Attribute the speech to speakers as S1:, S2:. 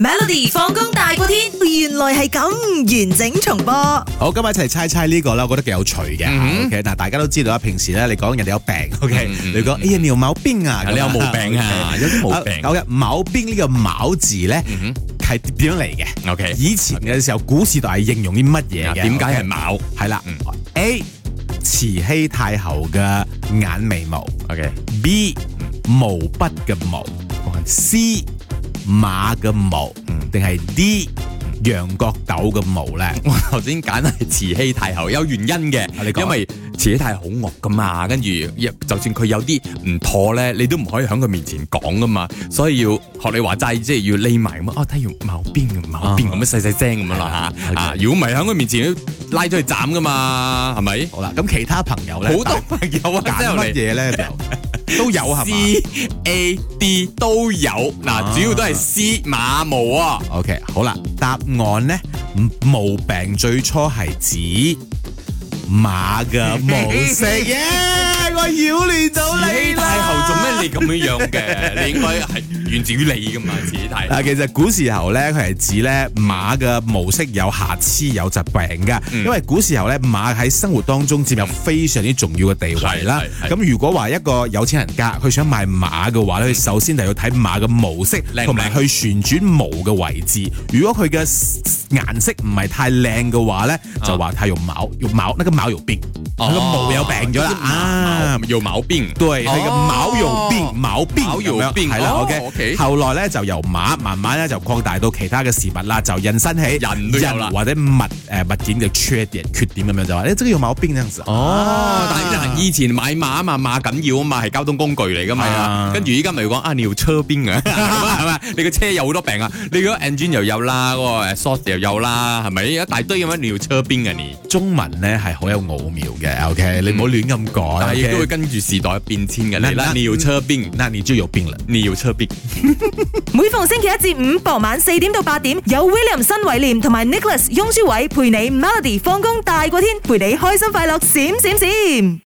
S1: Melody 放工大過天，原來係咁完整重播。
S2: 好，今日一齊猜猜呢個啦，我覺得幾有趣嘅。
S3: 嗯
S2: OK，嗱，大家都知道啦，啊平時咧你講人哋有病，OK，
S3: 嗯嗯
S2: 你講哎呀你有毛病啊，
S3: 你有毛病啊， 有啲毛病。
S2: 好嘅，毛病呢個毛字咧
S3: 嗯
S2: 係點樣嚟嘅？
S3: 哼，OK，
S2: 以前嘅時候，古時代係應用啲乜嘢
S3: 啊
S2: 嘅？
S3: 點解係卯
S2: 係啦
S3: 嗯
S2: ？A 慈禧太后嘅眼眉毛
S3: ？OK，
S2: ，B 毛筆嘅毛，C 馬嘅毛，
S3: 嗯
S2: 定係 D 羊角豆嘅毛咧？
S3: 我頭先揀係慈禧太后，有原因
S2: 啊你
S3: 嘅，
S2: 講
S3: 因為慈禧太后好惡噶嘛，跟住就算佢有啲唔妥咧，你都唔可以喺佢面前講噶嘛，所以要學你話齋，即係要匿埋咁啊，哦睇住某邊嘅某邊咁樣細細聲咁樣啦嚇，啊如果唔係喺佢面前拉咗去斬噶嘛，係咪？
S2: 好啦，咁其他朋友咧，
S3: 好多朋友啊，
S2: 揀
S3: 真
S2: 乜
S3: 係嚟。
S2: 嘢咧 就都有係嘛
S3: C A D 都有，
S2: 啊
S3: 嗱，主要都係 C 馬毛啊。
S2: ？OK，好啦，答案咧毛病最初係指馬嘅毛色 耶！我擾亂到你啦。
S3: 太后做咩你咁樣樣嘅？你應該係源自於你噶嘛，慈禧太后。
S2: 啊嗱，其實古時候咧，佢係指咧馬嘅毛色有瑕疵、有疾病噶，
S3: 嗯
S2: 因為古時候咧馬喺生活當中佔有非常之重要嘅地位啦。
S3: 係係係嗯
S2: 咁如果話一個有錢人家佢想買馬嘅話咧，佢首先就要睇馬嘅毛色
S3: 靚唔
S2: 同埋
S3: 靚
S2: 佢旋轉毛嘅位置。如果佢嘅顏色唔係太靚嘅話咧，就話太用毛，用毛，那個毛有病，佢個毛有病咗啦啊！
S3: 有毛病。
S2: 對，係個卯油邊，卯邊
S3: 卯油邊
S2: 係啦
S3: 哦
S2: ，OK。
S3: OK
S2: 後來咧就由馬慢慢咧就擴大到其他嘅事物啦，就引申起
S3: 人都有啦
S2: 或者物誒物件嘅缺點缺點咁樣就話，誒，哎這個有毛病這樣子。
S3: 哦，但係以前買馬啊嘛，馬緊要啊嘛，係交通工具嚟噶
S2: 啊
S3: 嘛，跟住依家咪講啊，你要車 邊啊，係咪？你個車有好多病啊，你個 engine 又有啦，嗰個 exhaust 又有啦，係咪？一大堆咁樣，你要車邊啊你？
S2: 中文咧係好有奧妙嘅，OK，你唔好亂咁
S3: 但係亦都會
S2: 改。
S3: 跟住時代變遷嘅。你
S2: 那
S3: 啦，你要車邊，
S2: 那你就有病啦。
S3: 你要車邊。
S1: 每逢星期一至五傍晚四點到八點，有 William 新偉廉同埋 Nicholas 雍舒偉陪你 Melody 放工大過天，陪你開心快樂閃閃閃。